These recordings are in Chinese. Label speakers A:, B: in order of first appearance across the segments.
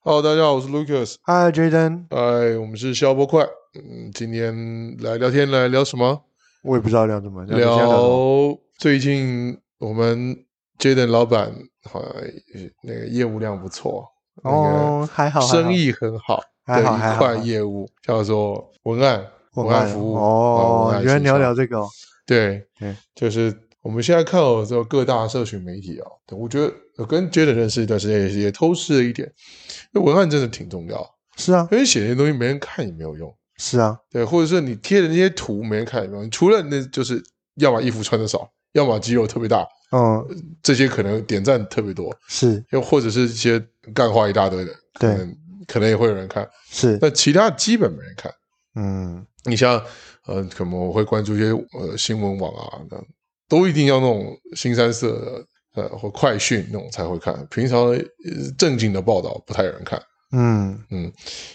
A: Hello，大家好，我是 Lucas。
B: 嗨，Jaden，
A: 哎，我们是消波快。嗯，今天来聊天，来聊什么？
B: 我也不知道聊什么，今天聊什么
A: 聊最近我们 Jaden 老板好像也那个业务量不错，
B: 哦，还好，还好
A: 生意很好的
B: 还好还
A: 一
B: 好
A: 块业务，叫做文案
B: 文
A: 案
B: 案
A: 服务啊文
B: 哦
A: 案，
B: 原来
A: 市
B: 你要
A: 场
B: 聊这个哦，
A: 对，
B: 对
A: 就是我们现在看到这种各大社群媒体啊，对我觉得我跟 Jaden 认识一段时间也是也偷师了一点，因为文案真的挺重要，
B: 是啊，
A: 因为写那些东西没人看也没有用。
B: 是啊，
A: 对，或者是你贴的那些图没人看有没有？除了那就是要么衣服穿的少，要么肌肉特别大，
B: 嗯，
A: 这些可能点赞特别多，
B: 是
A: 又或者是一些干话一大堆的，可
B: 对
A: 能可能也会有人看，
B: 是，
A: 但其他基本没人看。
B: 嗯，
A: 你像呃，可能我会关注一些呃新闻网啊，那都一定要那种新三色的呃或快讯那种才会看，平常呃正经的报道不太有人看。
B: 嗯，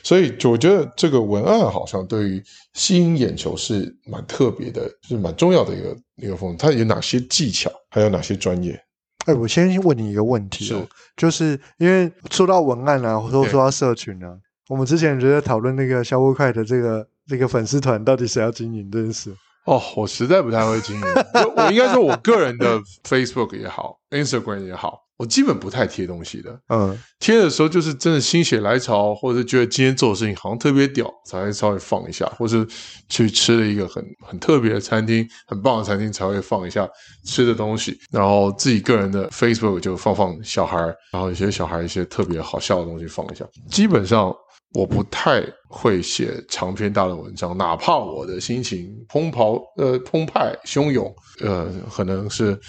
A: 所以我觉得这个文案好像对于吸引眼球是蛮特别的，是蛮重要的一个一个风格。它有哪些技巧，还有哪些专业？
B: 哎，我先问你一个问题哦
A: 是，
B: 就是因为说到文案啊，或者
A: 对
B: 说到社群啊，我们之前就在讨论那个消波快的这个这个粉丝团到底谁要经营这件事，
A: 哦，我实在不太会 经营，就我应该说，我个人的 Facebook 也好，Instagram 也好，我基本不太贴东西的。
B: 嗯，
A: 贴的时候就是真的心血来潮，或者是觉得今天做的事情好像特别屌，才会稍微放一下，或是去吃了一个很很特别的餐厅，很棒的餐厅才会放一下吃的东西。然后自己个人的 Facebook 就放放小孩儿，然后有些小孩一些特别好笑的东西放一下。基本上我不太会写长篇大论文章，哪怕我的心情澎湃呃澎湃汹涌，呃可能是。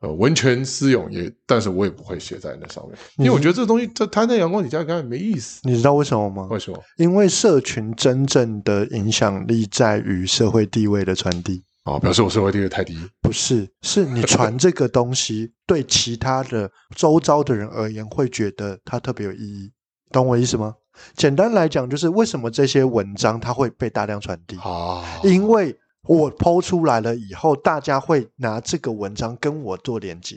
A: 呃，文泉私涌也，但是我也不会写在那上面，因为我觉得这东西它摊在阳光底下干没意思。
B: 你知道为什么吗？
A: 为什么？
B: 因为社群真正的影响力在于社会地位的传递。
A: 啊，表示我社会地位太低。
B: 不是，是你传这个东西，对其他的周遭的人而言，会觉得它特别有意义，懂我意思吗？简单来讲，就是为什么这些文章它会被大量传递，
A: 啊
B: 因为我抛出来了以后，大家会拿这个文章跟我做连接。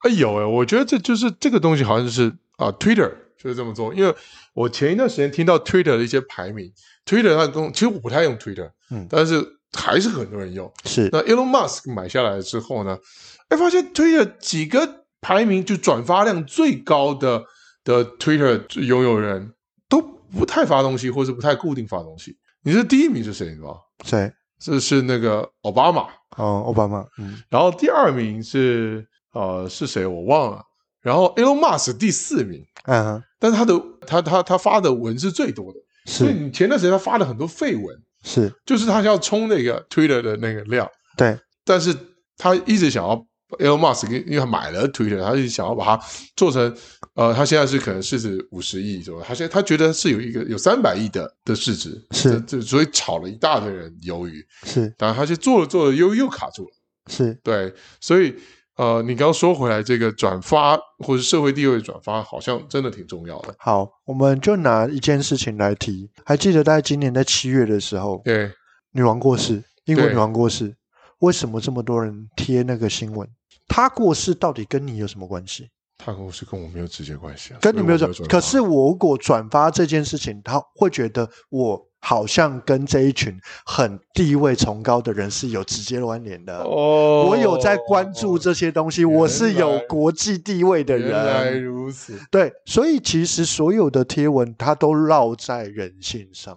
A: 哎有哎，我觉得这就是这个东西好像就是啊，Twitter 就是这么做。因为我前一段时间听到 Twitter 的一些排名，Twitter 它跟其实我不太用 Twitter，
B: 嗯
A: 但是还是很多人用。
B: 是，
A: 那 Elon Musk 买下来之后呢，哎，发现 Twitter 几个排名就转发量最高的的 Twitter 拥有人都不太发东西，或是不太固定发东西。你这第一名是谁？你知道吗？
B: 对，
A: 这是那个奥巴马，
B: 哦，奥巴马，嗯，
A: 然后第二名是呃是谁我忘了，然后 Elon Musk 第四名，
B: 啊，
A: 但是他的他他他发的文是最多的，所以
B: 是
A: 你前段时间他发了很多废文，
B: 是，
A: 就是他要冲那个 Twitter 的那个量，
B: 对，
A: 但是他一直想要 Elon Musk，因为他买了 Twitter，他一直想要把它做成，呃，他现在是可能市值五十亿左右，他现在他觉得是有一个有三百亿的的市值，
B: 是
A: 这这所以炒了一大堆人鱿鱼，
B: 是
A: 然后他就做了做了又又卡住了，
B: 是，
A: 对，所以呃，你刚刚说回来这个转发或者社会地位的转发，好像真的挺重要的，
B: 好，我们就拿一件事情来提，还记得在今年在七月的时候，
A: 对，
B: 女王过世，英国
A: 对
B: 女王过世，为什么这么多人贴那个新闻？她过世到底跟你有什么关系？
A: 他跟我是跟我没有直接关系啊，
B: 跟你
A: 所以
B: 没有
A: 我
B: 转，可是我如果转发这件事情，他会觉得我好像跟这一群很地位崇高的人是有直接关联的。
A: 哦，
B: 我有在关注这些东西，
A: 原
B: 我是有
A: 来
B: 国际地位的
A: 原来
B: 人。
A: 如此
B: 对，所以其实所有的贴文它都绕在人性上。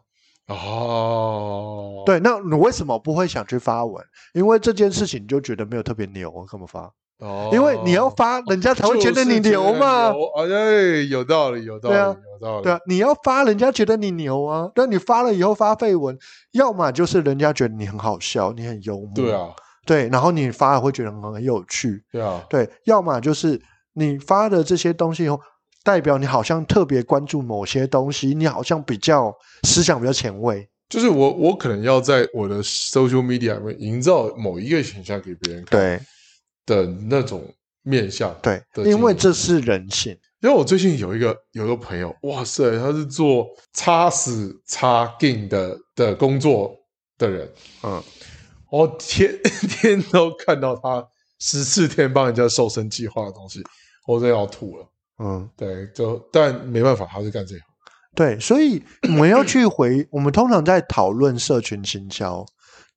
A: 哦，，
B: 对，那你为什么不会想去发文？因为这件事情你就觉得没有特别牛，我干嘛发？
A: 哦，
B: 因为你要发，人家才会觉得你牛嘛。
A: 就是觉得牛哎，有道理，有道理，
B: 对啊
A: 有道理，
B: 对啊，你要发，人家觉得你牛啊。那你发了以后发绯闻，要么就是人家觉得你很好笑，你很幽默，
A: 对，啊，
B: 对，然后你发了会觉得很很有趣，
A: 对啊，
B: 对，要么就是你发的这些东西以后，代表你好像特别关注某些东西，你好像比较思想比较前卫，
A: 就是我，我可能要在我的 social media 里面营造某一个形象给别人看
B: 对
A: 的那种面相，
B: 对
A: 的，经
B: 因为
A: 营
B: 这是人性，
A: 因为我最近有一个有一个朋友，哇塞，他是做擦死擦镜的的工作的人，
B: 嗯，
A: 我天 天都看到他十四天帮人家瘦身计划的东西，我真的要吐了。
B: 嗯，
A: 对，就但没办法，他是干这行。
B: 对，所以我们要去回，我们通常在讨论社群行销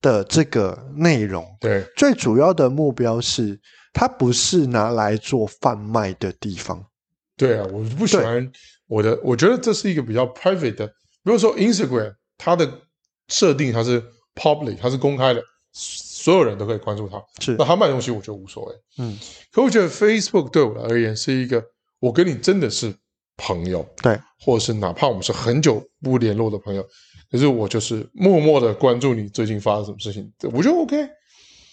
B: 的这个内容，
A: 对，
B: 最主要的目标是，它不是拿来做贩卖的地方。
A: 对啊，我不喜欢我的，我觉得这是一个比较 private 的。比如说 Instagram，它的设定它是 public，它是公开的，所有人都可以关注它。
B: 是
A: 那，他卖东西我觉得无所谓。
B: 嗯，
A: 可我觉得 Facebook 对我而言是一个，我跟你真的是朋友，
B: 对，
A: 或者是哪怕我们是很久不联络的朋友，可是我就是默默的关注你最近发生什么事情，我觉得 OK。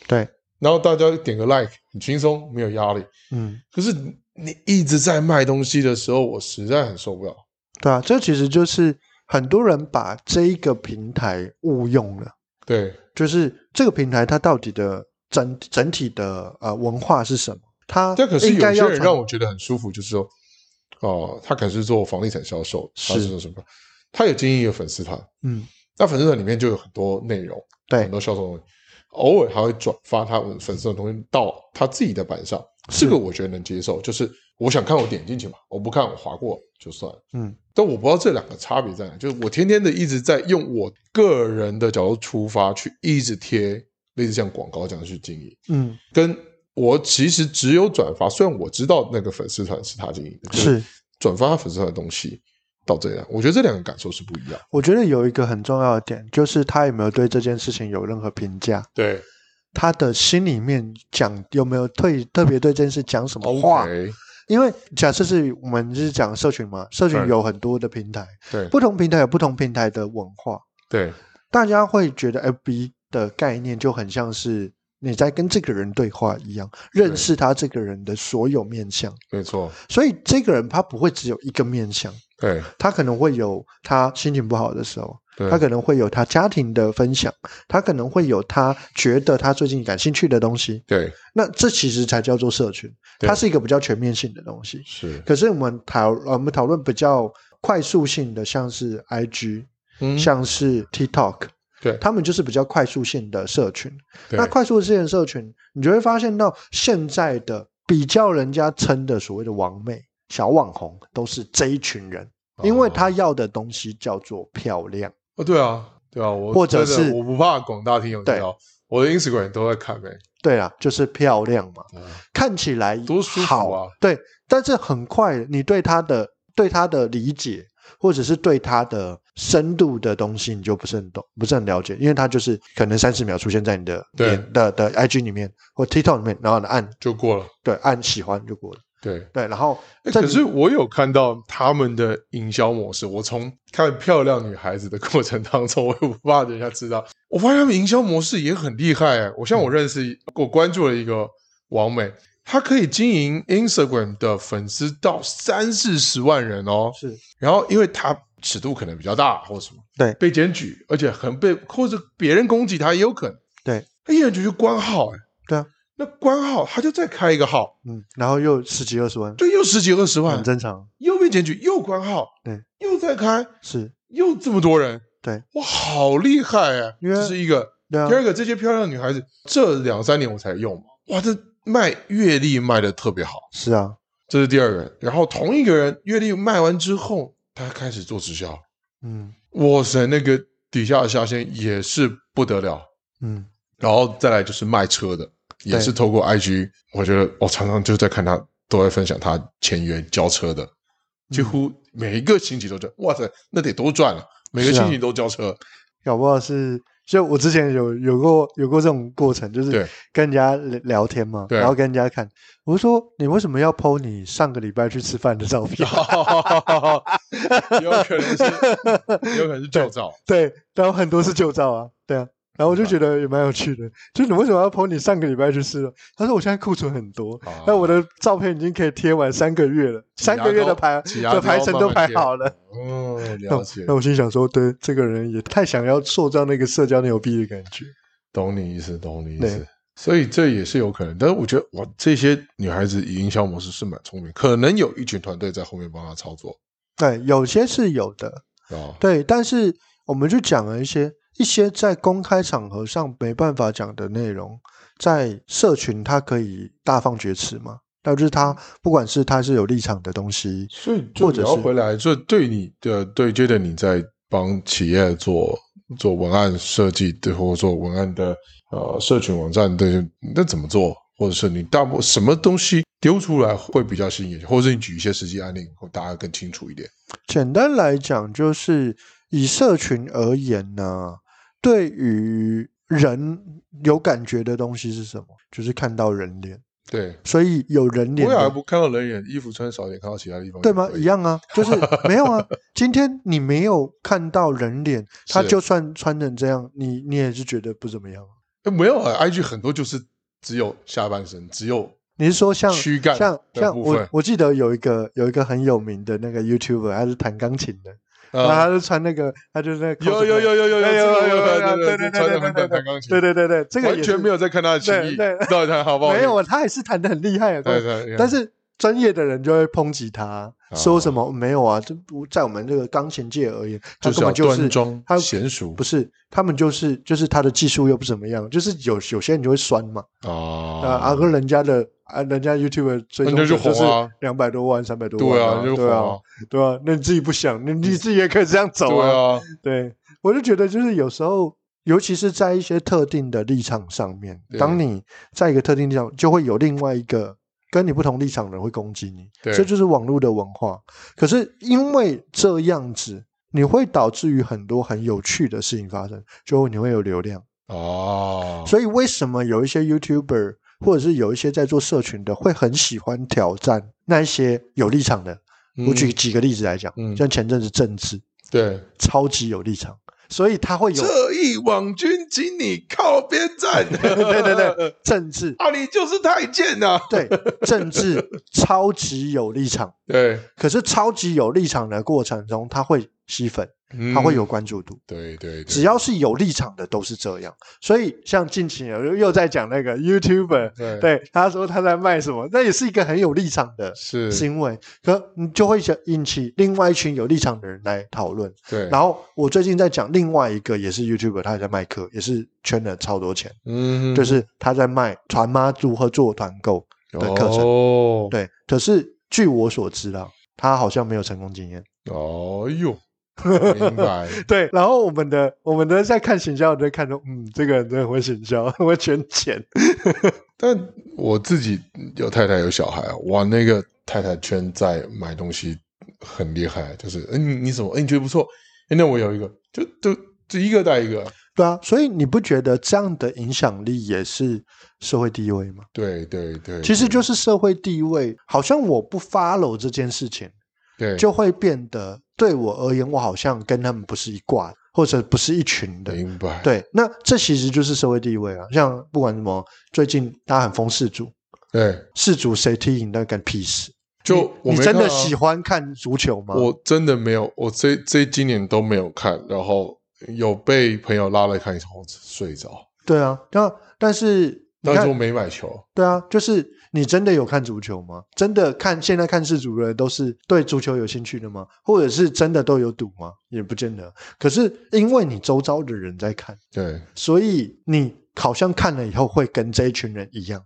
B: 对，
A: 然后大家点个 like，很轻松，没有压力。
B: 嗯，
A: 可是你一直在卖东西的时候，我实在很受不了。
B: 对啊，这其实就是很多人把这一个平台误用了，
A: 对
B: 哦就是这个平台它到底的整整体的呃文化是什么？它
A: 但可是
B: 应
A: 有
B: 该
A: 些
B: 要
A: 人
B: 传
A: 让我觉得很舒服，就是说，哦、他可能是做房地产销售，他
B: 是
A: 是做什么？他有经营一个粉丝团，
B: 嗯，
A: 那粉丝团里面就有很多内容，很
B: 对，
A: 多销售的东西，偶尔还会转发他们粉丝的东西到他自己的版上，这个我觉得能接受。就是我想看我点进去嘛，我不看我划过就算了。
B: 嗯，
A: 但我不知道这两个差别在哪，就是我天天的一直在用我个人的角度出发去一直贴类似像广告这样去经营，
B: 嗯，。
A: 跟我其实只有转发，虽然我知道那个粉丝团是他经营的，就是转发他粉丝团的东西到这样，我觉得这两个感受是不一样。
B: 我觉得有一个很重要的点，就是他有没有对这件事情有任何评价，
A: 对
B: 他的心里面讲有没有特特别对这件事讲什么话。
A: ，OK，
B: 因为假设是我们是讲社群嘛，社群
A: 对
B: 有很多的平台，
A: 对
B: 不同平台有不同平台的文化，
A: 对
B: 大家会觉得 FB 的概念就很像是你在跟这个人对话一样，认识他这个人的所有面相。
A: 没错，
B: 所以这个人他不会只有一个面相，
A: 对
B: 他可能会有他心情不好的时候，
A: 对
B: 他可能会有他家庭的分享，他可能会有他觉得他最近感兴趣的东西。
A: 对
B: 那这其实才叫做社群，
A: 对
B: 它是一个比较全面性的东西。
A: 是，
B: 可是我们讨呃我们讨论比较快速性的，像是 IG，、
A: 嗯
B: 像是 TikTok，
A: 对
B: 他们就是比较快速性的社群。
A: 对
B: 那快速性的社群，你就会发现到现在的比较人家称的所谓的王妹、小网红，都是这一群人，因为他要的东西叫做漂亮。
A: 啊哦，对啊，对啊，我
B: 或者
A: 真的
B: 是
A: 我不怕广大听友知道，我的 Instagram 都在看呗、
B: 对啦，就是漂亮嘛，
A: 啊
B: 看起来
A: 多舒服啊
B: 好对，但是很快你对他的对他的理解，或者是对他的深度的东西，你就不是很懂，不是很了解，因为他就是可能三十秒出现在你的
A: 对
B: 脸的的 IG 里面或 TikTok 里面，然后你按
A: 就过了。
B: 对按喜欢就过了，
A: 对，
B: 对，然后
A: 诶
B: 这
A: 哎可是我有看到他们的营销模式，我从看漂亮女孩子的 过程当中，我也不怕人家知道，我发现他们营销模式也很厉害、啊诶我像
B: 嗯
A: 我认识，我关注了一个王美。她可以经营 Instagram 的粉丝到三四十万人哦，
B: 是
A: 然后因为他尺度可能比较大或者什么，
B: 对
A: 被检举，而且很被或者别人攻击他也有可能，
B: 对，
A: 他一人就去关号、哎，
B: 对啊，
A: 那关号他就再开一个号，
B: 嗯，然后又十几二十万，
A: 就啊又十几二十万
B: 很，正常，
A: 又被检举，又关号，
B: 对，
A: 又再开，
B: 是
A: 又这么多人，
B: 对，
A: 哇，好厉害哎、
B: 因为
A: 这是一个，
B: 对啊
A: 第，二个这些漂亮的女孩子，这两三年我才用嘛，哇，这卖阅历卖的特别好，
B: 是啊，
A: 这是第二个，然后同一个人阅历卖完之后，他开始做直销。
B: 嗯
A: 哇塞，那个底下的下线也是不得了。
B: 嗯，
A: 然后再来就是卖车的，也是透过 IG，我觉得我哦常常就在看他都在分享他签约交车的，
B: 嗯
A: 几乎每一个星期都赚。哇塞，那得多赚了，每个
B: 是啊
A: 星期都交车。
B: 搞不好是。就我之前有有过有过这种过程，就是
A: 对
B: 跟人家聊聊天嘛，
A: 对
B: 然后跟人家看，我就说你为什么要 PO 你上个礼拜去吃饭的 照片？
A: 有可能是，有可能是旧照。
B: 对，然后很多是旧照啊，对啊，然后我就觉得也蛮有趣的，就是你为什么要 PO 你上个礼拜去吃的？他说我现在库存很多，
A: 啊
B: 那我的照片已经可以贴完三个月了，三个月的排
A: 挤牙膏
B: 的排程都排好了。
A: 哦，
B: 那
A: 了
B: 我
A: 解
B: 那，我心想说，对，这个人也太想要塑造那个社交牛逼的感觉。
A: 懂你意思，懂你意
B: 对
A: 思。所以这也是有可能，但是我觉得哇，这些女孩子营销模式是蛮聪明，可能有一群团队在后面帮她操作
B: 对，哎有些是有的，
A: 啊。
B: 对，但是我们就讲了一些一些在公开场合上没办法讲的内容，在社群它可以大放厥词嘛？那就是
A: 嗯
B: 它不管是它是有立场的东西，
A: 所以就
B: 或者
A: 聊
B: 是
A: 回来，就对你的对 Jaden，你在帮企业做做文案设计，对，或者做文案的呃社群网站，对，那怎么做？或者是你大部什么东西丢出来会比较新颖，或者是你举一些实际案例，或大家更清楚一点。
B: 简单来讲，就是以社群而言呢，对于人有感觉的东西是什么？就是看到人脸，
A: 对，
B: 所以有人脸
A: 我也
B: 的
A: 不看到人眼，衣服穿少一点，看到其他地方
B: 对吗
A: 也？可以
B: 一 样啊，就是没有啊。今天你没有看到人脸，他
A: 是
B: 就算穿成这样，你你也是觉得不怎么样啊。
A: 诶没有啊，IG 很多就是只有下半身，只有
B: 你是说像
A: 躯干
B: 像
A: 的
B: 像
A: 部
B: 我
A: 分
B: 我记得有一个有一个很有名的那个 YouTuber，他是弹钢琴的，然后
A: 呃，
B: 他就穿那个，他就是那个
A: 有有
B: cosplay
A: 有有有有
B: 哎有有有有
A: 有对
B: 对对
A: 对，穿
B: 对对
A: 的很
B: 对
A: 短弹钢琴，
B: 对对对对，这个
A: 完
B: 也
A: 全
B: 是
A: 没有在看他的情
B: 对
A: 谊，
B: 对
A: 到底他好不好？
B: 没有，啊，他也是弹的很厉害的，啊
A: 对对，哦
B: 但
A: 是
B: 是专业的人就会抨击他，啊说什么没有啊，这不在我们这个钢琴界而言，他
A: 就是
B: 根
A: 要
B: 本就
A: 端
B: 是
A: 庄
B: 他
A: 娴熟
B: 不是，他们就是就是他的技术又不怎么样，就是有有些人就会酸嘛，啊啊，
A: 啊，
B: 跟人家的啊，人家 YouTube 追踪
A: 那就
B: 者
A: 红
B: 就是
A: 啊
B: 两百多万、三百多
A: 对
B: 万
A: 啊，
B: 啊，
A: 就
B: 对
A: 火
B: 啊
A: 啊，，
B: 对啊，那你自己不想，那你自己也可以这样走
A: 对
B: 啊，
A: 啊，
B: 对，我就觉得就是有时候，尤其是在一些特定的立场上面，
A: 对
B: 当你在一个特定立场，就会有另外一个跟你不同立场的人会攻击你，
A: 对
B: 这就是网络的文化。可是因为这样子，你会导致于很多很有趣的事情发生，就你会有流量。
A: 哦，
B: 所以为什么有一些 YouTuber 或者是有一些在做社群的，会很喜欢挑战那一些有立场的？我举
A: 嗯
B: 几个例子来讲，
A: 嗯
B: 像前阵子政治
A: 对，
B: 超级有立场，所以他会有
A: 侧翼网军，请你靠边站。
B: 对对对，政治
A: 啊，你就是太监啊呐！
B: 对政治 超级有立场，
A: 对，
B: 可是超级有立场的过程中，他会吸粉，
A: 嗯
B: 他会有关注度。
A: 对对，对
B: 只要是有立场的都是这样，所以像近期又又在讲那个 YouTuber，
A: 对
B: 对他说他在卖什么，那也是一个很有立场的
A: 是
B: 行为，可你就会想引起另外一群有立场的人来讨论。
A: 对，
B: 然后我最近在讲另外一个也是 YouTuber，他也在卖课，也是圈了超多钱。
A: 嗯
B: 就是他在卖船妈如何做团购的课程。
A: 哦，
B: 对，可是据我所知啦，他好像没有成功经验。
A: 哦哟， 明白，
B: 对，然后我们的我们的在看行销，就看说，嗯，这个人真的会行销， 会圈钱。
A: 但我自己有太太有小孩，我那个太太圈在买东西很厉害，就是嗯、你你什么，嗯、你觉得不错，哎、那我有一个，就就就一个带一个，
B: 对啊，所以你不觉得这样的影响力也是社会地位吗？
A: 对对对，
B: 其实就是社会地位，好像我不 follow 这件事情，
A: 对
B: 就会变得对我而言，我好像跟他们不是一挂，或者不是一群的。
A: 明白，
B: 对，那这其实就是社会地位啊。像不管什么，最近大家很疯世足，
A: 对，
B: 世足谁踢赢那干屁事？
A: 就我
B: 你
A: 没
B: 真的
A: 看啊
B: 喜欢看足球吗？
A: 我真的没有，我这这今年都没有看，然后有被朋友拉来看一场，我睡着，
B: 对啊，那但是你
A: 但是我
B: 看，
A: 没买球，
B: 对啊，就是你真的有看足球吗？真的看现在看世足的人都是对足球有兴趣的吗？或者是真的都有赌吗？也不见得。可是因为你周遭的人在看，
A: 对
B: 所以你好像看了以后会跟这一群人一样。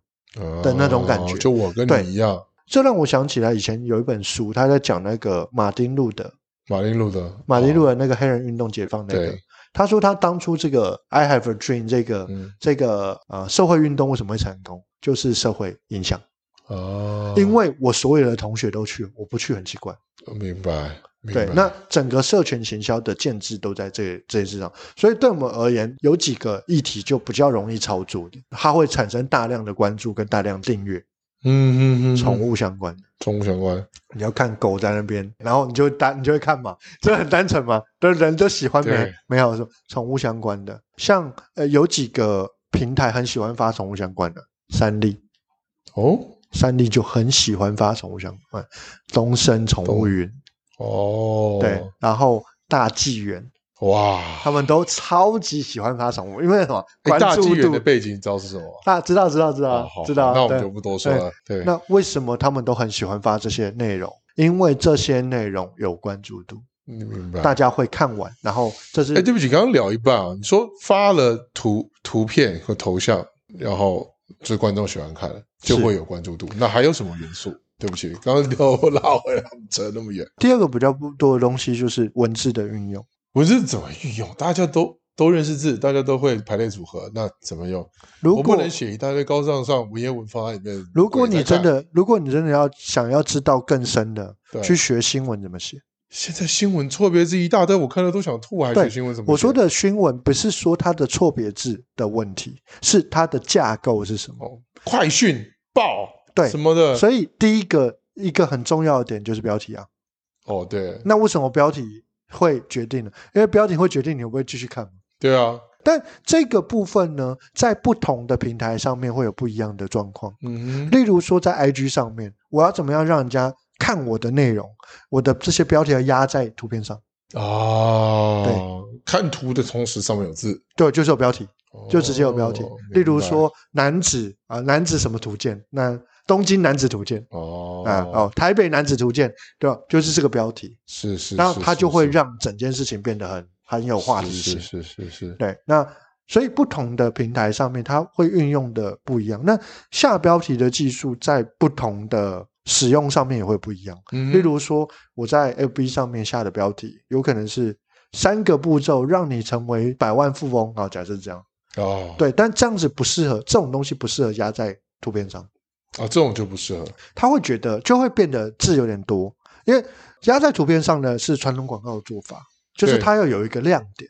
A: 的
B: 那种感觉
A: 啊就我跟
B: 对
A: 你一样，
B: 这让我想起来以前有一本书，他在讲那个马丁路德，
A: 马丁路德，
B: 马丁路
A: 哦
B: 德那个黑人运动解放那个
A: 对，
B: 他说他当初这个 “I have a dream” 这个、
A: 嗯
B: 这个呃社会运动为什么会成功，就是社会影响。
A: 哦，
B: 因为我所有的同学都去，我不去很奇怪。
A: 明白，明
B: 对
A: 白，
B: 那整个社群行销的建制都在这这件事上，所以对我们而言，有几个议题就比较容易操作的，它会产生大量的关注跟大量订阅，
A: 嗯嗯嗯，
B: 宠物相关的。
A: 宠物相关，
B: 你要看狗在那边，然后你就单你就会看嘛，这很单纯嘛，但人就喜欢美
A: 对
B: 美好的事宠物相关的，像呃有几个平台很喜欢发宠物相关的，三立
A: 哦
B: 三立就很喜欢发宠物相关，东升宠物云、
A: 哦，
B: 对，，然后大纪元
A: 哇，
B: 他们都超级喜欢发宠物，因为什么
A: 诶哎
B: 关
A: 大纪
B: 注
A: 元的
B: 度
A: 背景你知道是什么吗？
B: 大知道知道知
A: 哦
B: 道
A: 好
B: 知道，
A: 那我们
B: 对
A: 就不多说
B: 对
A: 了，对，
B: 那为什么他们都很喜欢发这些内容？因为这些内容有关注度。
A: 你明白，
B: 大家会看完，然后这
A: 哎
B: 是、
A: 哎，对不起，刚刚聊一半啊，你说发了图图片和头像，然后是观众喜欢看的，就会有关注度。那还有什么元素？对不起，刚刚聊我拉回来，扯那么远。
B: 第二个比较不多的东西就是文字的运用，
A: 文字怎么运用？大家都都认识字，大家都会排列组合，那怎么用？
B: 如
A: 我不
B: 果
A: 能写一大堆高尚上文言文放在里面。
B: 如果
A: 鬼
B: 你
A: 在看
B: 真，的，如果你真的要想要知道更深的，
A: 对
B: 去学新闻怎么写。
A: 现在新闻错别字一大堆，我看了都想吐，还
B: 对
A: 写新闻怎么写？
B: 我说的新闻不是说它的错别字的问题，是它的架构是什么。
A: 哦，快讯报
B: 对
A: 什么的，
B: 所以第一个一个很重要的点就是标题啊。
A: 哦，对
B: 那为什么标题会决定呢？因为标题会决定你会不会继续看嘛。
A: 对啊，
B: 但这个部分呢，在不同的平台上面会有不一样的状况。
A: 嗯哼，
B: 例如说，在 IG 上面，我要怎么样让人家看我的内容？我的这些标题要压在图片上，
A: 哦，看图的同时上面有字，
B: 对，就是有标题，
A: 哦
B: 就直接有标题。例如，说男子啊、男子什么图鉴？那东京男子图鉴
A: 明白哦，
B: 啊、哦，台北男子图鉴，对吧？就是这个标题，
A: 是是，
B: 那
A: 是
B: 它
A: 是
B: 就会
A: 是
B: 让整件事情变得很很有话题嗯
A: 是
B: 性
A: 是。是是是，
B: 对，那所以不同的平台上面，它会运用的不一样。那下标题的技术在不同的使用上面也会不一样。
A: 嗯
B: 例如说，我在 FB 上面下的标题，有可能是三个步骤让你成为百万富翁啊，假设是这样。
A: 哦，
B: 对，但这样子不适合，这种东西不适合压在图片上，
A: 啊，这种就不适合，
B: 他会觉得就会变得字有点多，因为压在图片上呢是传统广告的做法，就是
A: 对
B: 它要有一个亮点。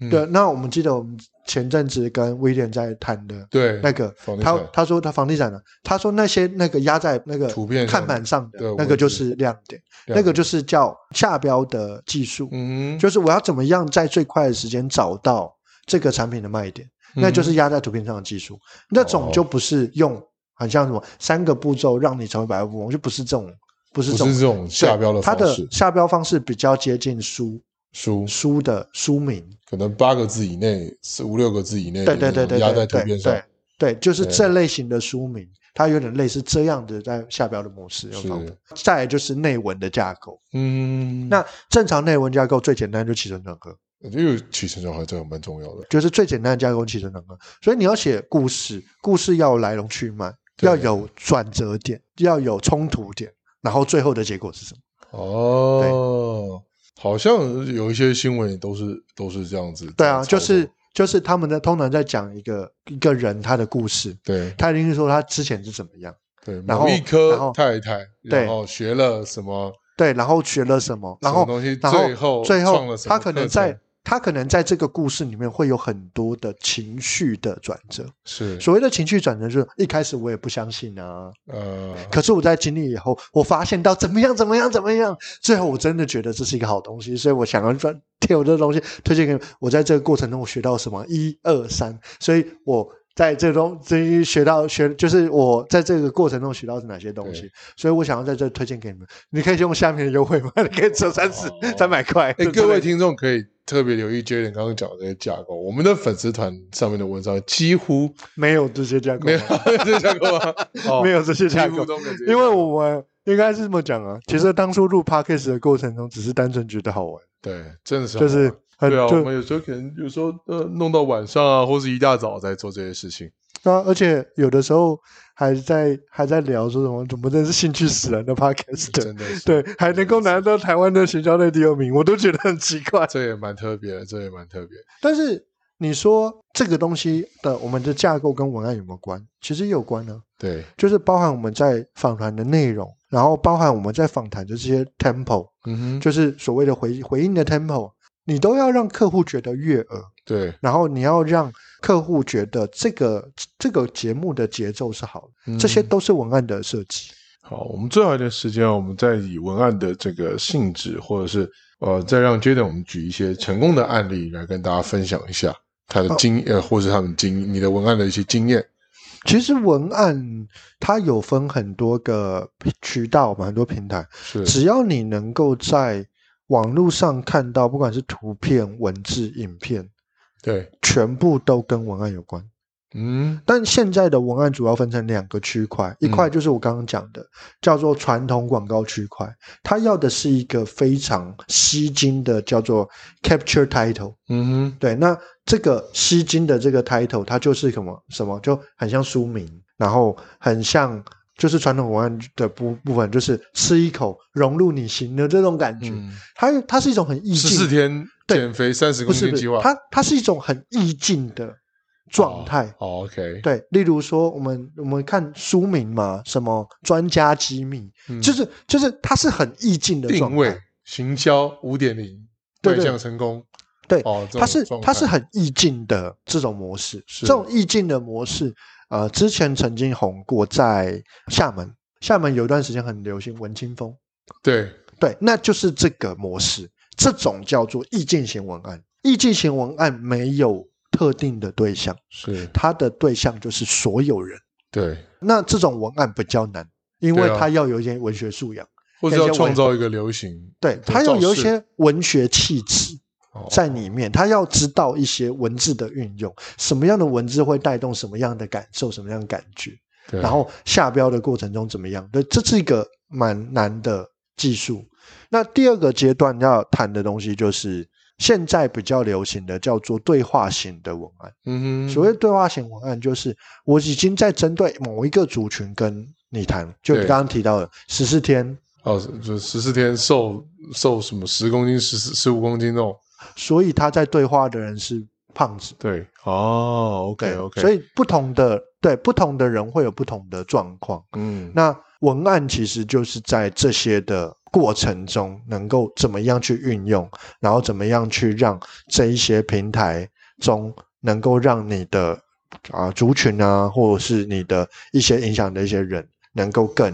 A: 嗯
B: 对，那我们记得我们前阵子跟威廉在谈的
A: 对，
B: 那个
A: 房，地
B: 他
A: 产
B: 他说他房地产呢，他说那些那个压在那个
A: 图片上
B: 看板上的
A: 对
B: 那
A: 我
B: 个
A: 也觉
B: 就是亮点，
A: 亮
B: 那个就是叫下标的技术，
A: 嗯哼，
B: 就是我要怎么样在最快的时间找到这个产品的卖点，那就
A: 嗯哦
B: 是压在图片上的技术，那种就不是用很像什么三个步骤让你成为百万富翁，就不是这种，不是
A: 不
B: 这种
A: 是这种下标的
B: 对它
A: 方
B: 的
A: 式，
B: 下标方式比较接近书
A: 书
B: 书的书名。
A: 可能八个字以内，四五六个字以内，
B: 对对对对
A: 嗯压
B: 对
A: 在图
B: 对
A: 片
B: 对
A: 上
B: 对，对，就是
A: 对
B: 这类型的书名，它有点类似这样的在下标的模式用方法。再来就是内文的架构，
A: 嗯，
B: 那正常内文架构最简单就是起承转合，
A: 我觉得有起承转合这个蛮重要的，
B: 就是最简单的架构起承转合。所以你要写故事，故事要有来龙去脉，
A: 对
B: 要有转折点，要有冲突点，然后最后的结果是什么？
A: 哦，好像有一些新闻也都是都是这样子，
B: 对啊，
A: 这
B: 就
A: 样操作
B: 是就是他们在通常在讲一个一个人他的故事，
A: 对
B: 他一定是说他之前是怎么样。
A: 对，
B: 然
A: 某
B: 后
A: 一
B: 然
A: 科
B: 后
A: 太太，
B: 对
A: 然后学了什么，
B: 对，然后学了什么，然后
A: 什么东西
B: 然后
A: 最后
B: 最
A: 创了
B: 后
A: 什么
B: 他可能
A: 课程
B: 在他可能在这个故事里面会有很多的情绪的转折。
A: 是
B: 所谓的情绪转折，就是一开始我也不相信啊，
A: 呃，
B: 可是我在经历以后，我发现到怎么样怎么样怎么样，最后我真的觉得这是一个好东西，所以我想要转贴我这个东西推荐给你们。我在这个过程中我学到什么？一二三，所以我。在这中，这学到学就是我在这个过程中学到是哪些东西
A: 对，
B: 所以我想要在这推荐给你们。你可以用下面的优惠吗？ 你可以折三十
A: 哦
B: 三百块。
A: 哎，
B: 对
A: 各
B: 对
A: 位听众可以特别留意 Jaden 刚刚讲的这些架构，我们的粉丝团上面的文章几乎
B: 没有这些架构吗，
A: 没有 这架构吗？哦
B: 没有这些
A: 几
B: 架
A: 乎
B: 构，
A: 都没有这些架构，
B: 因为我们应该是这么讲啊。其实当初录 podcast 的过程中，只是单纯觉得好玩，
A: 对真的是
B: 就
A: 好
B: 是
A: 玩
B: 很
A: 对啊，我
B: 就
A: 们有时候可能有时候呃弄到晚上啊，或是一大早在做这些事情，
B: 那啊而且有的时候还在还在聊说什么，怎么真是兴趣使然的 podcast，
A: 真的是
B: 对，还能够拿到台湾的学校内第二名，我都觉得很奇怪。
A: 这也蛮特别的，这也蛮特别。
B: 但是你说这个东西的我们的架构跟文案有没有关？其实也有关呢、
A: 对，
B: 就是包含我们在访谈的内容，然后包含我们在访谈的这些 tempo，
A: 嗯哼，
B: 就是所谓的回回应的 tempo，你都要让客户觉得悦耳，
A: 对，
B: 然后你要让客户觉得这个这个节目的节奏是好的，
A: 嗯
B: 这些都是文案的设计。
A: 好，我们最后一段时间啊，我们再以文案的这个性质，或者是呃，再让 Jaden 我们举一些成功的案例来跟大家分享一下他的经、呃，或是他们经你的文案的一些经验。
B: 其实文案它有分很多个渠道嘛，很多平台，
A: 是
B: 只要你能够在网络上看到，不管是图片、文字、影片，
A: 对，
B: 全部都跟文案有关。
A: 嗯，
B: 但现在的文案主要分成两个区块，一块就是我刚刚讲的，叫做传统广告区块，它要的是一个非常吸睛的叫做 capture title。
A: 嗯哼，
B: 对，那这个吸睛的这个 title，它就是什么什么，就很像书名，然后很像就是传统文案的部部分，就是吃一口融入你心的这种感觉。
A: 嗯，
B: 它它是一种很意
A: 十四
B: 境，
A: 天
B: 对
A: 减肥三十
B: 不
A: 公
B: 是
A: 斤
B: 不
A: 计
B: 是
A: 划，，
B: 它它是一种很意境的状态。
A: 哦，OK，
B: 对，例如说我们我们看书名嘛，什么专家机密，
A: 嗯
B: 就是就是它是很意境的状
A: 定位
B: 态，
A: 行销五点零，
B: 对
A: 迈
B: 对
A: 向成功，
B: 对
A: 哦，这种
B: 它是
A: 状态
B: 它是很意境的这种模式，
A: 是
B: 这种意境的模式，呃，之前曾经红过在厦门，厦门有一段时间很流行文青风，
A: 对，
B: 对，那就是这个模式，这种叫做意境型文案，意境型文案没有特定的对象，
A: 是，
B: 它的对象就是所有人。
A: 对，
B: 那这种文案比较难，因为
A: 对啊
B: 它要有一些文学素养，
A: 或者
B: 感
A: 要
B: 觉我
A: 创造一个流行，
B: 对，它
A: 造
B: 要有一
A: 势
B: 些文学气质
A: 哦
B: 在里面，它要知道一些文字的运用，什么样的文字会带动什么样的感受，什么样的感觉，
A: 对
B: 然后下标的过程中怎么样？对，这是一个蛮难的技术。那第二个阶段要谈的东西就是现在比较流行的叫做对话型的文案。
A: 嗯哼，
B: 所谓对话型文案，就是我已经在针对某一个族群跟你谈，就你
A: 对
B: 刚刚提到的十四天，
A: 哦，就十四天瘦瘦什么十公斤、十十五公斤那种，
B: 所以他在对话的人是胖子。
A: 对，哦，OK
B: 对
A: OK，
B: 所
A: 以
B: 以不同的对不同的人会有不同的状况。
A: 嗯，
B: 那文案其实就是在这些的过程中，能够怎么样去运用，然后怎么样去让这一些平台中能够让你的啊、族群啊，或者是你的一些影响的一些人，能够更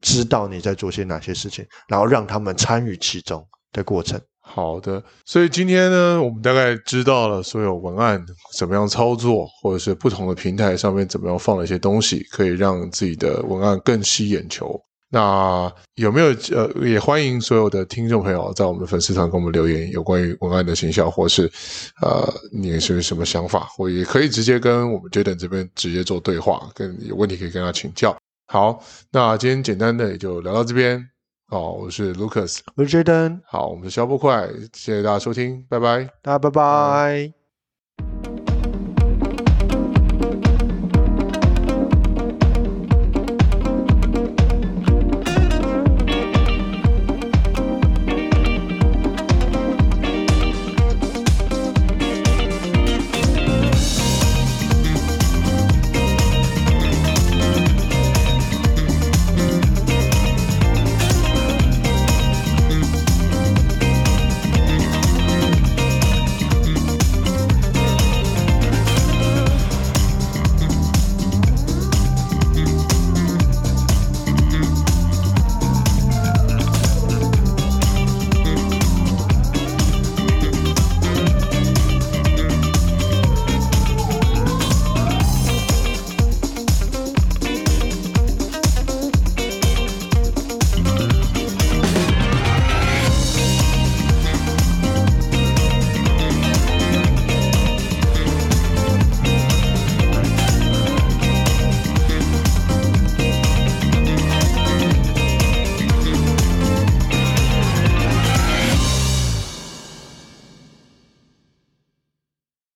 B: 知道你在做些哪些事情，然后让他们参与其中的过程。
A: 好的，所以今天呢，我们大概知道了所有文案怎么样操作，或者是不同的平台上面怎么样放了一些东西，可以让自己的文案更吸眼球。那有没有呃，也欢迎所有的听众朋友在我们的粉丝团给我们留言，有关于文案的形象，或是呃你是有什么想法，或也可以直接跟我们 Jaden 这边直接做对话，跟有问题可以跟他请教。好，那今天简单的也就聊到这边哦，我是 Lucas。
B: 我是 Jaden，
A: 好，我们的消波快，谢谢大家收听，拜拜。
B: 大家拜拜。